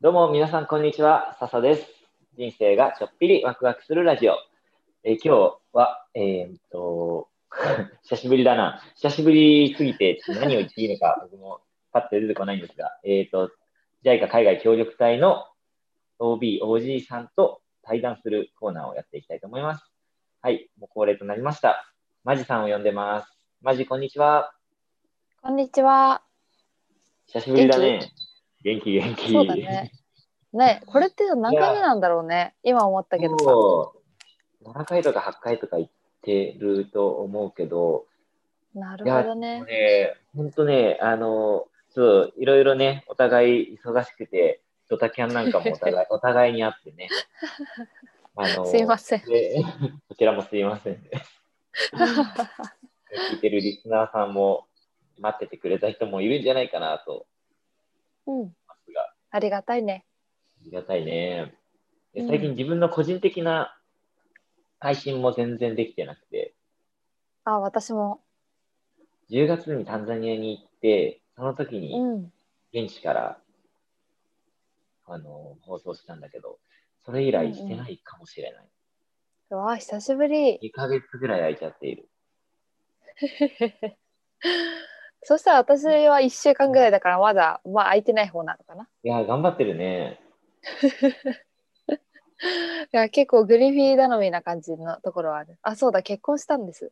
どうも皆さん、こんにちは。笹です。人生がちょっぴりワクワクするラジオ。えー今日は、えーっと、 久しぶりだな。久しぶりすぎて、何を言っていいのか、僕もパッと出てこないんですが、えーっと、JICA 海外協力隊の OB、OG さんと対談するコーナーをやっていきたいと思います。はい、もう恒例となりました。マジさんを呼んでます。マジ、こんにちは。こんにちは。久しぶりだね。元気、元気。そうだね。ね、これって何回目なんだろうね。今思ったけどさ。そう7回とか8回とか言ってると思うけど、なるほどいやね。ね本当ね、あの、そう、いろいろね、お互い忙しくて、ドタキャンなんかもお 互いお互いにあってね。あのすいません。で こちらもすいませんね。聞いてるリスナーさんも待っててくれた人もいるんじゃないかなとうん。思いますが、あありがたいね。りがたいね。でうん最近自分の個人的な配信も全然できてなくて、あ、私も。 10月にタンザニアに行って、その時うにん。現地から、あの放送したんだけど、それ以来してないかもしれない。うわ、久しぶり。 2ヶ月ぐらい空いちゃっている。そしたら私は1週間ぐらいだからまだ、まあ空いてない方なのかな。いやー、頑張ってるね。いや、結構グリフィー頼みな感じのところはある。あ、そうだ、結婚したんです。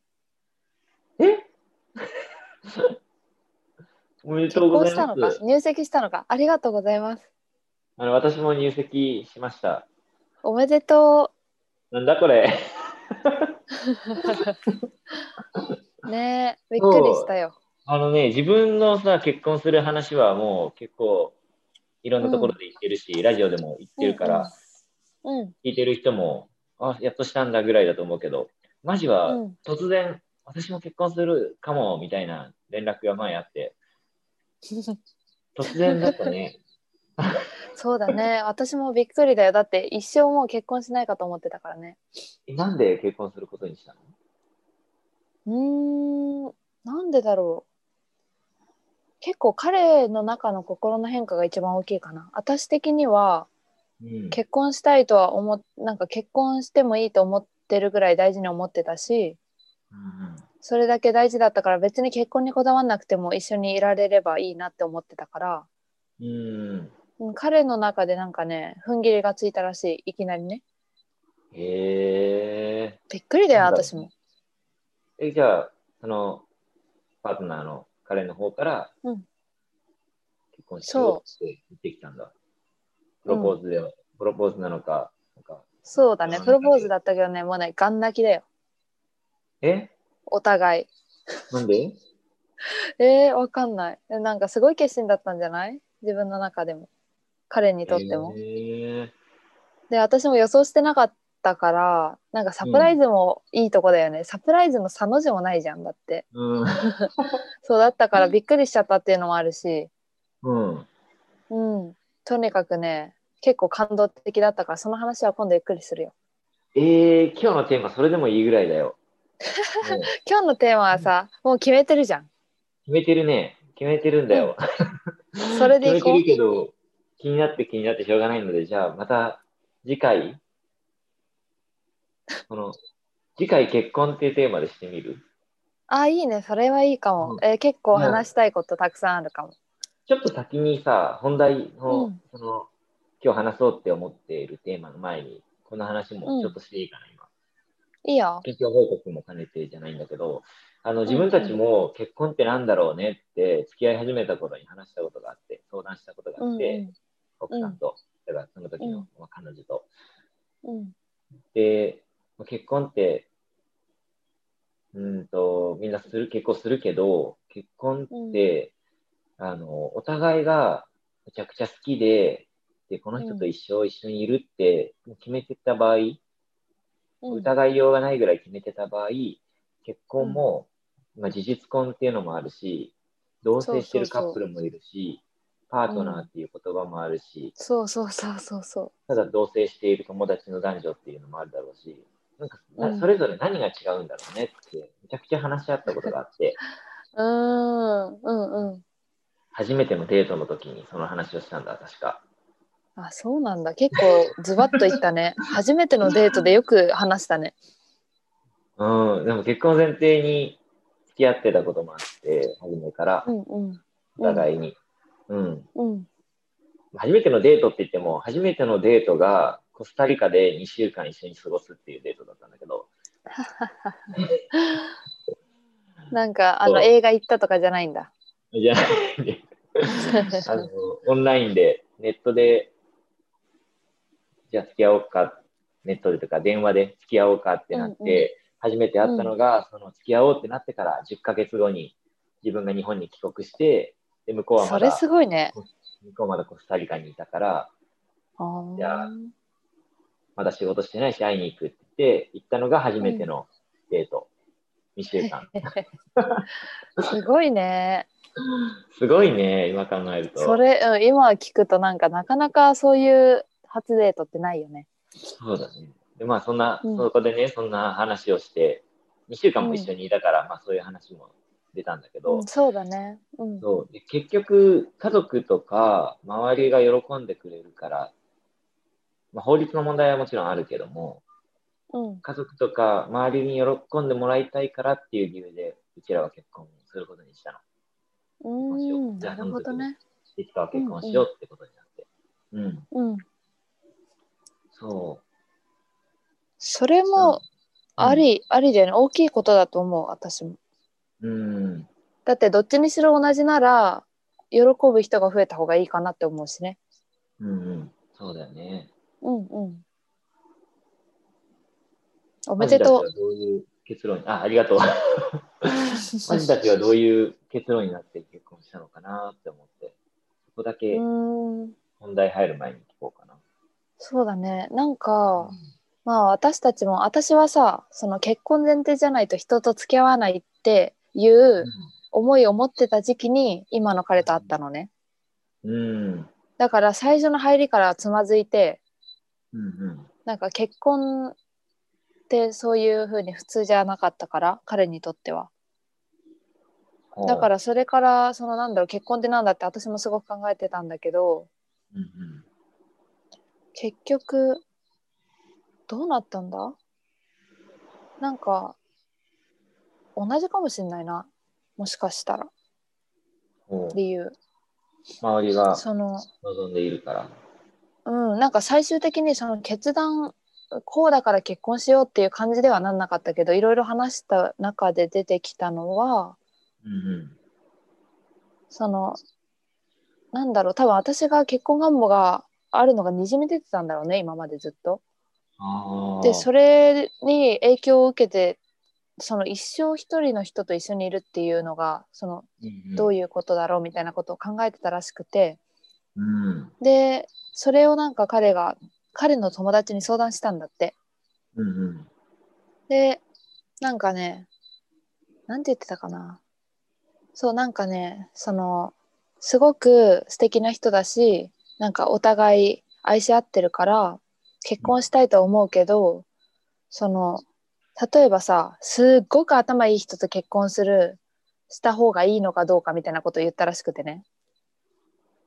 え おめで結とうご婚ざいしたのまかす。入籍したのかありがとうございます。あの私も入籍しました。おめでとなんだこれ。 う。ねえ、びっくりしたよ。あのね、自分のさ、結婚する話はもう結構いろんなところで言ってるし、ラジオでも言ってるから、うん。聞いてる人も、あ、やっとしたんだぐらいだと思うけど、マジうはん。突然、私も結婚するかも、みたいな連絡が前あって、突然だった ね。そうだね私もびっくりだよだって一生もう結婚しないかと思ってたからねえなんで結婚することにしたのうーんなんでだろう結構彼の中の心の変化が一番大きいかな私的にはうん結婚したいとは思っなんか結婚してもいいと思ってるぐらい大事に思ってたしうんそれだけ大事だったから別に結婚にこだわんなくても一緒にいられればいいなって思ってたからうん。うん。うん彼の中でなんかね踏ん切りがついたらしいいきなりねへえ。びっくりだよなんだろう私もえ、じゃあ、その、パートナーの彼の方から、うん結婚しそようって言ってきたんだ。プロポーズでは、プロポーズなのか、なんか、そうだうねんプロポーズだったけどねもうねガン泣きだよえお互いなんでえー、わかんないえなんかすごい決心だったんじゃない自分の中でも彼にとっても、へえで私も予想してなかったからなんかサプライズもいいとこだよね、サプライズの「さ」の字もないじゃんだってうん。そうだったからびっくりしちゃったっていうのもあるしうん。うんとにかくね結構感動的だったからその話は今度ゆっくりするよえー、今日のテーマそれでもいいぐらいだ よ。もう今日のテーマはさ、もう決めてるじゃん決めてるね。決めてるんだよ。それでい決こめうてるけど、気になって気になってしょうがないので、じゃあまた次回、この、次回結婚っていうテーマでしてみるあいいねそれはいいかも、うんえー結構話したいことたくさんあるかも、ちょっと先にさ、本題の、うんその、今日話そうって思っているテーマの前に、この話もちょっとしていいかな、今。いいよ近況報告も兼ねてじゃないんだけど、あの自分たちも結婚ってなんだろうねって付き合い始めた頃に話したことがあって、相談したことがあって、奥さんと、だからその時の、うんまあ彼女と。うんうんで、まあ結婚って、うーんと、みんなする、結婚するけど、結婚って、あの、お互いがめちゃくちゃ好きで、で、この人と一生一緒にいるってもう決めてた場合、うんうん疑いようがないぐらい決めてた場合、結婚も、まあ、事実婚っていうのもあるし、同棲してるカップルもいるし、パートナーっていう言葉もあるし、そうそうそうそうそただ同棲している友達の男女っていうのもあるだろうし、なんかなうんそれぞれ何が違うんだろうねって、めちゃくちゃ話し合ったことがあって、う。うーん、うんうん。初めてのデートの時にその話をしたんだ、確か。あそうなんだ結構ズバッといったね 初めてのデートでよく話したねうん、でも結婚前提に付き合ってたこともあって、初めからう、んうんお互いに。うん。うん初めてのデートって言っても、初めてのデートがコスタリカで2週間一緒に過ごすっていうデートだったんだけど、なんかあのそう映画行ったとかじゃないんだじゃ ああの、オンラインで、ネットで、じゃあ付き合おうか、ネットでとか電話で付き合おうかってなって、うんうん初めて会ったのが、その付き合おうってなってから10ヶ月後に自分が日本に帰国して、で、向こうは そまれだ、すごいね向こうまだコスタリカにいたから、あーいやまだ仕事してないし会いに行くって言って、行ったのが初めてのデート。2週間。すごいねすごいね、今考えると。それ、うん、今聞くとなんかなかなかそういう初デートってないよねそうだね。で、まあ、そんな、うんそこでね、そんな話をして、2週間も一緒にいたから、まあ、そういう話も出たんだけど、うんそうだねうんそうで結局、家族とか、周りが喜んでくれるから、まあ、法律の問題はもちろんあるけども、うん家族とか周りに喜んでもらいたいからっていう理由で、うちらは結婚することにしたの。うんなるほどねできたは結婚しようってことになって。うん、うんそう。それもあり、ありだよね大きいことだと思う私もうん。だってどっちにしろ同じなら喜ぶ人が増えた方がいいかなって思うしねうんうん。そうだよね。うんうんおめでとマジだけはどういう結論にあ、ありがとう。う マジたちはどういう結論になって結婚したのかなって思って、そこだけうん本題入る前に聞こうかな。そうだねなんかまあ私たちも私はさその結婚前提じゃないと人と付き合わないっていう思いを持ってた時期に今の彼と会ったのねうん。うん。だから最初の入りからつまずいてうんうん。なんか結婚ってそういう風に普通じゃなかったから彼にとってはほうだか、らそれからそのなんだろう結婚ってなんだって私もすごく考えてたんだけどうんうん、結局どうなったんだなんか同じかもしんないなもしかしたらほう理由周りがその望んでいるから。うんなんか最終的にその決断こうだから結婚しようっていう感じではなんなかったけどいろいろ話した中で出てきたのはうんうん。そのなんだろう多分私が結婚願望があるのがにじみ出てたんだろうね今までずっと。ああ。でそれに影響を受けてその一生一人の人と一緒にいるっていうのがそのうんうん、どういいうことだろうみたいなことを考えてたらしくてうん。うんでそれをなんか彼が彼の友達に相談したんだって。うん。でなんかねなんて言ってたかなそうなんかねそのすごく素敵な人だしなんかお互い愛し合ってるから結婚したいとは思うけどその例えばさすっごく頭いい人と結婚するした方がいいのかどうかみたいなことを言ったらしくてね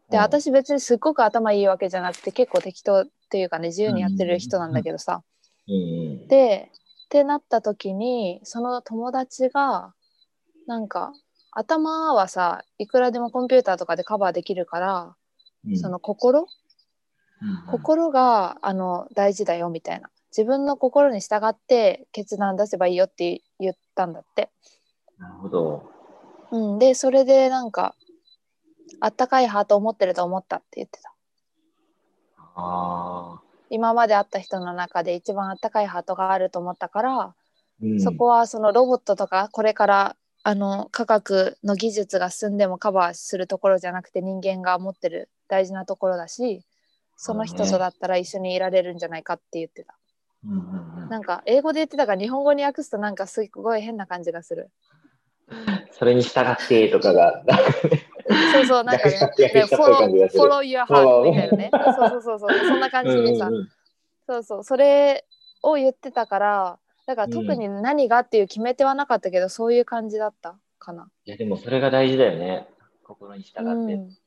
でうん、私別にすっごく頭いいわけじゃなくて結構適当っていうかね自由にやってる人なんだけどさ、うんでってなった時にその友達がなんか頭はさいくらでもコンピューターとかでカバーできるから、うん、その心うんうん、心があの大事だよみたいな自分の心に従って決断出せばいいよって言ったんだって。なるほど。うん、でそれでなんかあったかいハートを持ってると思ったって言ってたああ。今まで会った人の中で一番あったかいハートがあると思ったからうんそこはそのロボットとかこれからあの科学の技術が進んでもカバーするところじゃなくて人間が持ってる大事なところだしその人とだったら一緒にいられるんじゃないかって言ってた、うんうんう、なんんか英語で言ってたから日本語に訳すとなんかすごい変な感じがするそれに従ってとかが、そうそうなんか訳ねしちゃねっフてォるロ感じーがするフォロー your heart みたいなね そうそうそうそうそんな感じでさ、うんうんそうそうそれを言ってたからだから特に何がっていう決め手はなかったけど、そういう感じだったかないやでもそれが大事だよね。心に従って。うん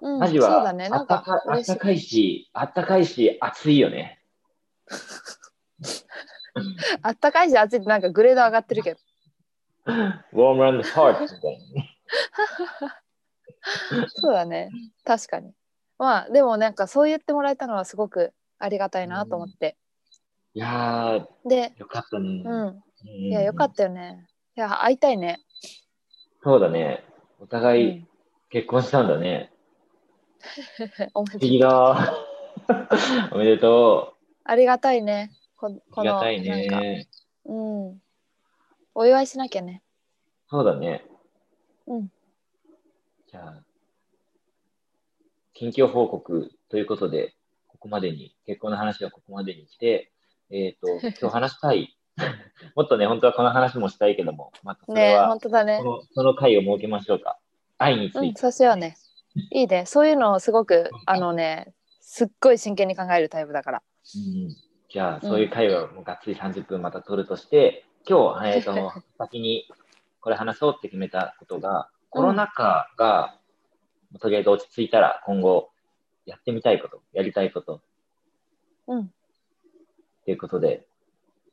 うん、マジそうは、だあね。なんっかたかあっ嬉したい。かいし、あったかいし、暑いよね。あったかいし暑いってなんかグレード上がってるけど。 warm around the heart みたいなね。そうだね。確かに。まあでもなんかそう言ってもらえたのはすごくありがたいなと思って。いやー、で、よかったね。うん。うんいや、よかったよね。いや、会いたいね。そうだね。お互ういん結婚したんだね。おめ不で思議だ。 おめでと ありがたいね。こう。あこりのがたいなんか、ね。うん。お祝いしなきゃね。そうだね。うん。じゃあ、近況報告ということで、ここまでに、結婚の話はここまでに来て、えっ、と、 今日話したい。 もっとね、本当はこの話もしたいけども、またそれねは、本当だねこ。のその回を設けましょうか。愛につういん、て。そうしようね。いいね。そういうのをすごく、あのね、すっごい真剣に考えるタイプだから。うんじゃあ、そういう会話をもうがっつり30分また取るとして、今日、えー、と 先にこれ話そうって決めたことが、コロナ禍が、とりあえず落ち着いたら今後やってみたいこと、やりたいことうん。ということで、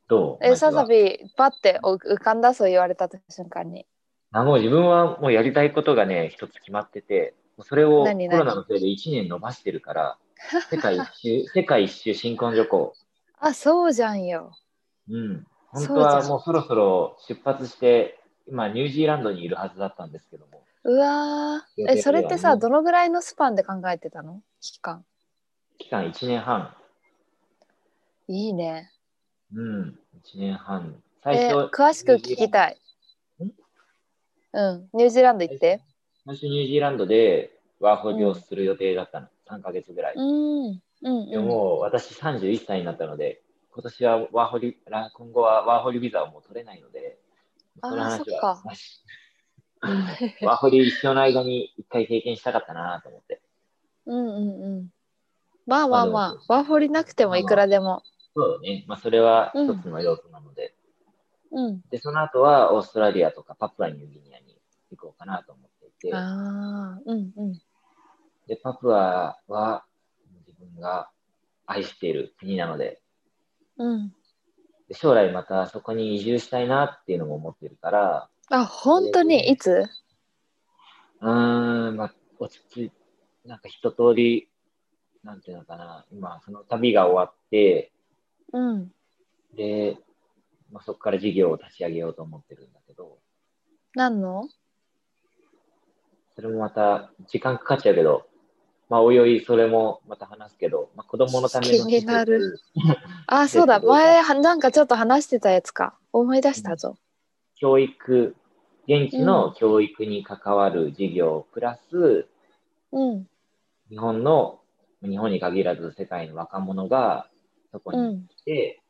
どうえ、まずはささび、パってお浮かんだ、そう言われた瞬間に。あもう自分はもうやりたいことがね、一つ決まってて、もうそれをコ何何ロナのせいで1年延ばしてるから、世界一周、世界一周新婚旅行。あ、そうじゃんよ。うん、そ本うじゃ当んはもうそろそろ出発して、今、ニュージーランドにいるはずだったんですけども、うわ予ー定え、それって日さ、はねどのぐらいのスパンで考えてたの期間。期間1年半、いいね。うん、1年半、最え、初、詳しく聞きたい。ニュージうん、ニュージーランド行って。最初ニュージーランドでワーホリをする予定だったの、3ヶ月ぐらい。うん、うん、でうもん。 もう私31歳になったので、今年はワーホリ、ら今後はワーホリビザをもう取れないので、そのあー話そはっかなし。ワーホリ一生の間に一回経験したかったなと思って。うんうんうん。まあまあまあまであ、ワーホリなくてもいくらでも。そうだね。まあそれは一つの要素なので。うん。で、その後はオーストラリアとかパプアニューギニアに行こうかなと思っていて、ああ、うんうん。で、パプアは自分が愛している国なので、うん。で将来またそこに移住したいなっていうのも思ってるから、あ、本当にいつうーん、まあ、落ち着い、なんか一通り、なんていうのかな、今、その旅が終わって、うん。で、まあ、そこから事業を立ち上げようと思ってるんだけど、何のそれもまた時間かかっちゃうけど、まあ、おいおいそれもまた話すけど、まあ、子供のための気になる施設あ、そうだ。ですけど前、はなんかちょっと話してたやつか。思い出したぞ。教育、現地の教育に関わる事業、プラス、うん。日本の、日本に限らず世界の若者がそこうにん。来て、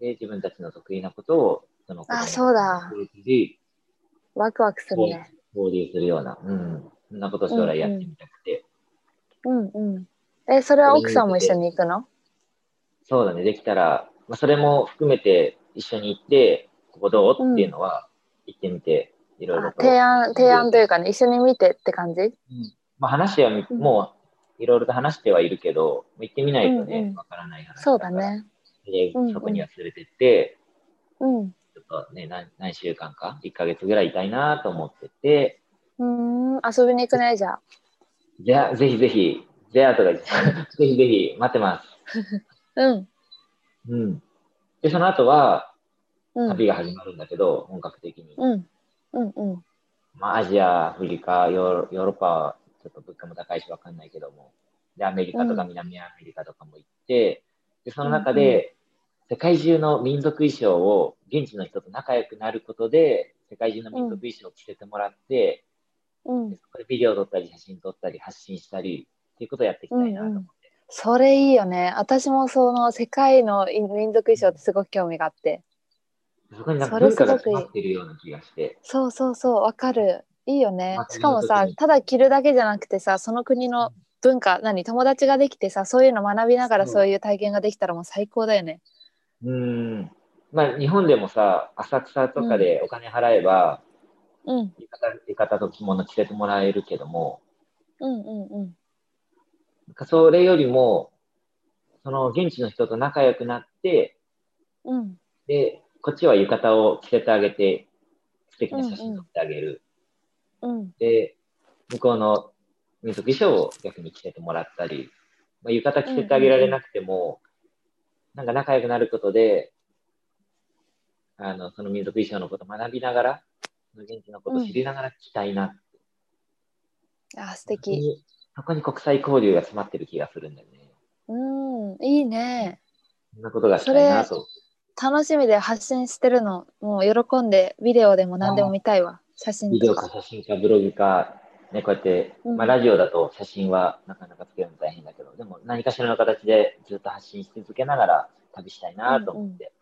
で、自分たちの得意なことを、その子供あそうだに通じワクワクするね。交流するような、うん、そんなこと将来やってみたくて、うんうん。え、それは奥さんも一緒に行くのそうだね、できたら、まあ、それも含めて一緒に行って、ここどうっていうのは行ってみて、いろいろあと。提案、提案というかね、一緒に見てって感じうんまあ、話はみうんもういろいろと話してはいるけど、行ってみないとね、わうんうんからない話そうかだら。ね。でうんうんそこには連れてって、うん。ちょっとね、何何週間か、1ヶ月ぐらいいたいなと思ってて、うーん、遊びに行くね、じゃあ。じゃあ、ぜひぜひ、じゃあとか言って、 ぜひぜひ待ってます。うん。うん。で、その後は、うん。旅が始まるんだけど、本格的に。うん。うんうん。まあ、アジア、アフリカ、ヨーロヨーロッパはちょっと物価も高いしわかんないけども、で、アメリカとかうん南アメリカとかも行って、で、その中で、世界中の民族衣装を現地の人と仲良くなることで、世界中の民族衣装を着せてもらって、うんで。そこでビデオ撮ったり、写真撮ったり、発信したり、っていうことをやっていきたいなと思って。それいいよね。私もその世界の民族衣装ってすごく興味があって。そこになんかそれ文すご化がく詰まってるような気がして。そうそうそう、わかる。いいよねま。あしかもさ国の時、にただ着るだけじゃなくてさ、その国の文化、何、友達ができてさ、そういうの学びながらそうそういう体験ができたらもう最高だよね。うーん。まあ、日本でもさ、浅草とかでお金払えば、うん。浴衣浴衣と着物着せてもらえるけども、うんうんうん。なんかそれよりも、その現地の人と仲良くなって、うんで、こっちは浴衣を着せてあげて、素敵な写真撮ってあげる。うんで、向こうの民族衣装を逆に着せてもらったり、まあ、浴衣着せてあげられなくても、なんか仲良くなることで、あの、その民族衣装のことを学びながら、その現地のことを知りながら着たいな。あ素そこ敵にそこに国際交流が詰まってる気がするんだよね。うんいいねそんなことがしたいなと。楽しみで発信してるのもう喜んでビデオでも何でも見たいわ写真ビデとオかか写真かブログか、ね、こうやって、うんまあ、ラジオだと写真はなかなかつけるの大変だけど、でも何かしらの形でずっと発信し続けながら旅したいなと思って。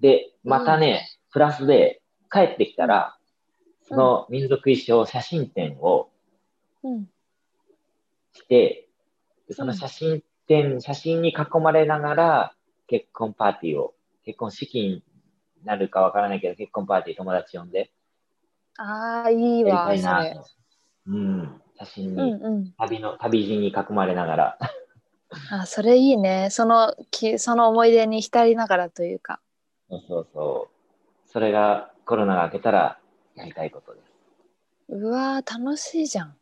で、またね、プラスで帰ってきたら、その民族衣装写真展をうんして、でそのうん写真展、写真に囲まれながら結婚パーティーを、結婚式になるかわからないけど、結婚パーティー友達呼んで、あーいいやりわたいそれなと。うん、写真うんにうん旅の旅路に囲まれながら、あそれいいねそのきその思い出に浸りながらというかそうそうそう、それがコロナが明けたらやりたいことでうわー楽しいじゃん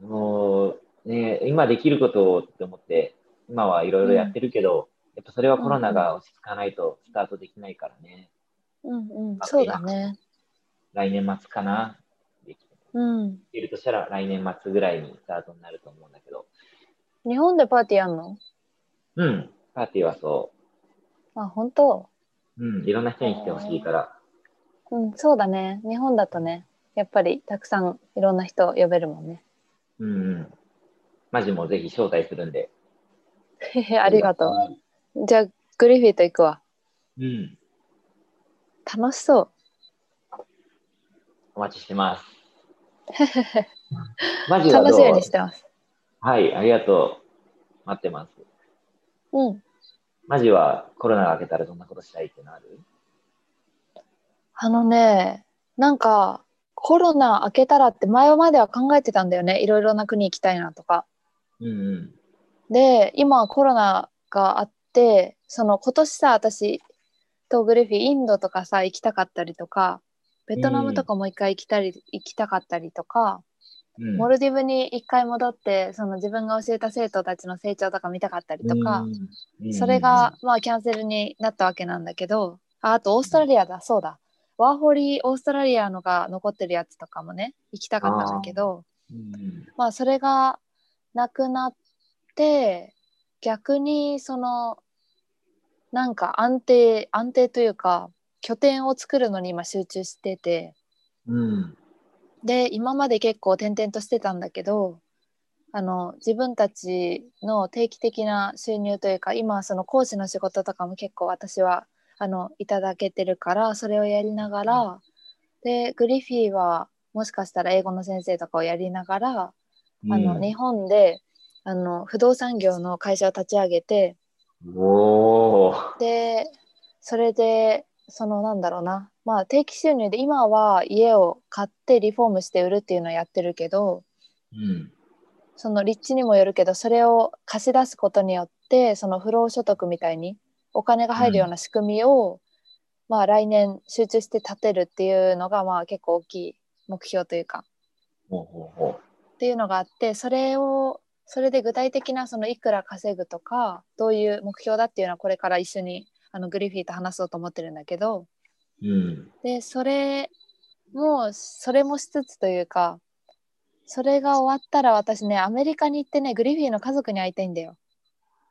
す。もうね、今できることをって思って、今はいろいろやってるけど、やっぱそれはコロナが落ち着かないとスタートできないからね、うんうんあそうだね来年末かな、できうんいるとしたら来年末ぐらいにスタートになると思うんだけど、日本でパーティーやんのうん、パーティーはそあ本当う、うん、いろんな人に来てほしいから、うんそうだね日本だとねやっぱりたくさんいろんな人呼べるもんねうん、うん、マジもぜひ招待するんで。へへ ありがとうじゃあグリフィーと行くわう。うん、楽しそうお待ちして ます。マジは楽どしみにうしてますはい、ありがとう。待ってます。うんマジはコロナが明けたらどんなことしたいってのあるあのねなんかコロナ明けたらって前までは考えてたんだよねいろいろな国行きたいなとかうんうん。で今コロナがあってその今年さ私とグリフィーインドとかさ行きたかったりとかベトナムとかもう一回行きたり、行きたかったりとか、うん、モルディブに一回戻ってその自分が教えた生徒たちの成長とか見たかったりとか、うん、それが、まあキャンセルになったわけなんだけどああとオーストラリアだそうだワーホリオーストラリアのが残ってるやつとかもね行きたかったんだけどうんうん、まあそれがなくなって逆にそのなんか安定安定というか拠点を作るのに今集中しててうんで今まで結構転々としてたんだけどあの自分たちの定期的な収入というか今はその講師の仕事とかも結構私はあのいただけてるからそれをやりながら、でグリフィーはもしかしたら英語の先生とかをやりながらうん、あの日本であの不動産業の会社を立ち上げておーでそれでそのなんだろうなまあ定期収入で今は家を買ってリフォームして売るっていうのをやってるけどうんその立地にもよるけどそれを貸し出すことによってその不労所得みたいにお金が入るような仕組みを、まあ来年集中して立てるっていうのがまあ結構大きい目標というかほうほうほっていうのがあってそれをそれで具体的なそのいくら稼ぐとかどういう目標だっていうのはこれから一緒にあのグリフィーと話そうと思ってるんだけどう。うん。でそれもそれもしつつというかそれが終わったら私ねアメリカに行ってねグリフィーの家族に会いたいんだよ。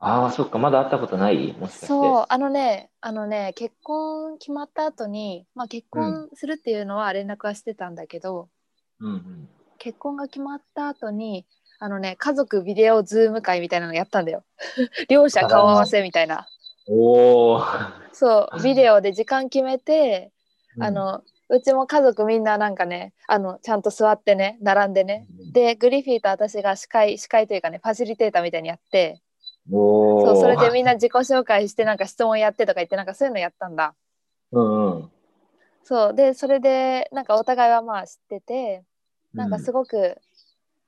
ああ、そっか、まだ会ったことないもしかして。そうあのねあのね結婚決まった後にまあ結婚するっていうのは連絡はしてたんだけど、うんうん。結婚が決まった後にあのね家族ビデオズーム会みたいなのやったんだよ 両者顔合わせみたいなおお。そうビデオで時間決めて、うんあ、のうちも家族みんななんかねあのちゃんと座ってね並んでねでグリフィーと私が司会司会というかねファシリテーターみたいにやっておお。そうそれでみんな自己紹介してなんか質問やってとか言ってなんかそういうのやったんだうんうん。そうでそれでなんかお互いはまあ知っててなんかすごごく、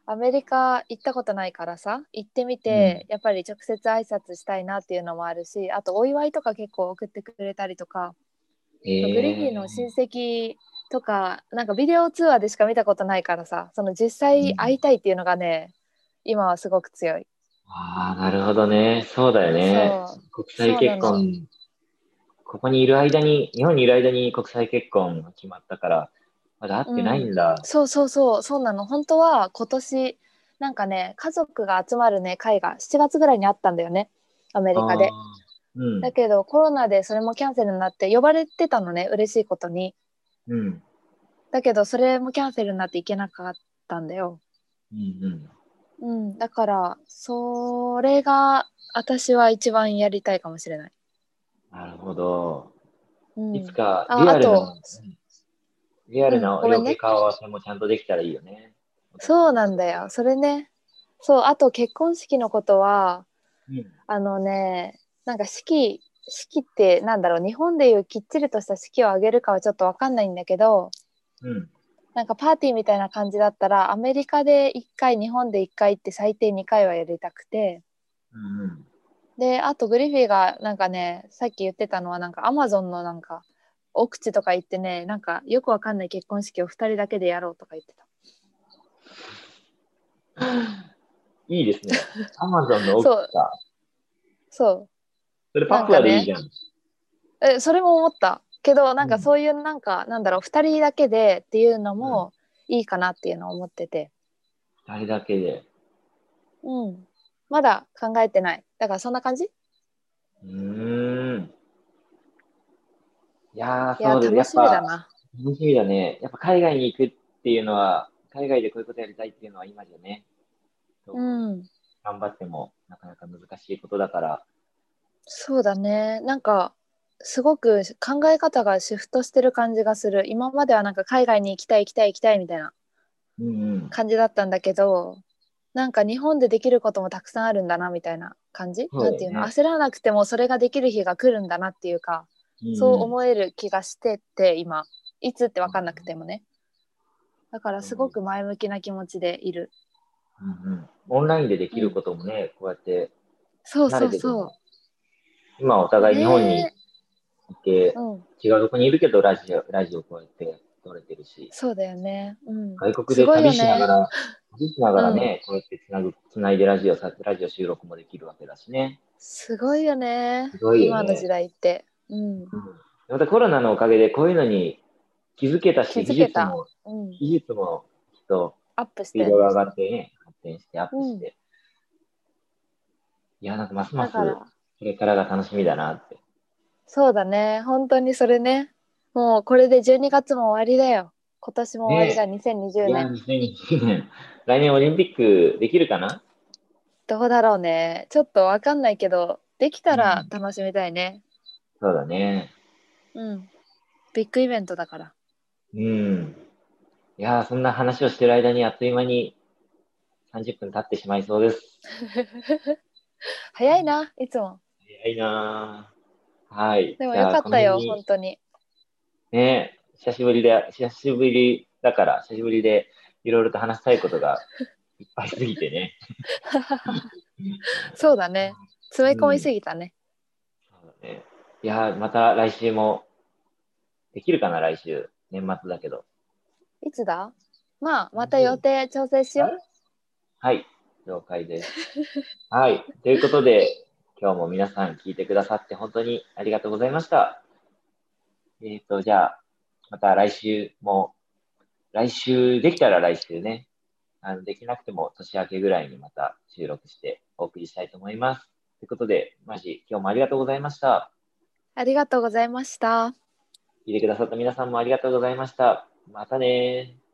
アメリカ行ったことないからさ行ってみて、やっぱり直接挨拶したいなっていうのもあるしあとお祝いとか結構送ってくれたりとか、えーグリフィーの親戚とかなんかビデオ通話でしか見たことないからさその実際会いたいっていうのがね、今はすごく強いああ、なるほどね。そうだよねそ。国際結そうな婚。ここにいる間に、日本にいる間に国際結婚が決まったから、まだ会ってないんだ。そうそうそうそうなの本当は今年なんかね家族が集まるね会が7月ぐらいにあったんだよねアメリカであー。うんだけどコロナでそれもキャンセルになって呼ばれてたのね嬉しいことにうん。うんだけどそれもキャンセルになって行けなかったんだよ、うん。うん、だからそれが私は一番やりたいかもしれない、なるほど。うん、いつか、あリアルあなと、リアルうなんごめん洋ね服顔合わせもちゃんとできたらいいよね。そうなんだよそれねそうあと結婚式のことはうん。あのねなんか式式ってなんだろう日本でいうきっちりとした式を挙げるかはちょっとわかんないんだけどうん。なんかパーティーみたいな感じだったらアメリカで1回日本で1回って最低2回はやりたくてうんうん。であとグリフィーがなんかねさっき言ってたのはなんかアマゾンのなんか奥地とか行ってねなんかよくわかんない結婚式を2人だけでやろうとか言ってたいいです ね。アマゾンの大きそうさ。そそれパプアでいいじゃん。うえそれも思ったけどなんかそういうなんか、なんだろう2人だけでっていうのもいいかなっていうのを思っててあれだけで。うんまだ考えてないだからそんな感じうーん。いやー、いやそう楽でしす。みやっだぱ、な楽しみだね。やっぱ海外に行くっていうのは、海外でこういうことやりたいっていうのは今じゃね、うん頑張ってもなかなか難しいことだから、そうだねなんかすごく考え方がシフトしてる感じがする今まではなんか海外に行きたい行きたい行きたいみたいなうんうん。感じだったんだけどなんか日本でできることもたくさんあるんだなみたいな感じ、そうだなねんていうの焦らなくてもそれができる日が来るんだなっていうか、そう思える気がしてて今いつって分かんなくてもねだからすごく前向きな気持ちでいる、うんうん。オンラインでできることもね、こうやって、そう慣それうてくるそ今おう、互い日本にねいて、うん、違うとこにいるけど、ラジオ、ラジオこうやって撮れてるし、そうだよね、うん、外国で旅しながすごいよねら、旅しながらね、こうやってつなぐ、つないでラジオさ、ラジオ収録もできるわけだしね。すごいよねすごいよね今の時代って、うんまたコロナのおかげでこういうのに気づけた気し、づ技け術たも、うん、技術もきっとアップしスてピーるドが上がってね、発展してアップして。いや、なんかますまだすからこれからが楽しみだなって。そうだね本当にそれねもうこれで12月も終わりだよ今年も終わりだ、い2020や、年2020年。来年オリンピックできるかなどうだろうねちょっとわかんないけどできたら楽しみたいねそうだね。うん、ビッグイベントだからうん。いやー、そんな話をしてる間にあっという間に30分経ってしまいそうです。早いないつも早いなーはい。でもじゃよあかったよこの辺に本当にねえ、久しぶりで、久しぶりだから、久しぶりでいろいろと話したいこと がいっぱいすぎてね。そうだね詰め込みすぎたね、そうだねいやー、また来週も、できるかな、来週。年末だけど。いつだまあまた予定調整しよう、はい、了解です。はい、ということで、今日も皆さん聞いてくださって本当にありがとうございました。えっ、と、じゃあ、また来週も、来週、できたら来週ね、あのできなくても年明けぐらいにまた収録してお送りしたいと思います。ということで、マジ、今日もありがとうございました。ありがとうございました聞いてくださった皆さんもありがとうございました。またねー。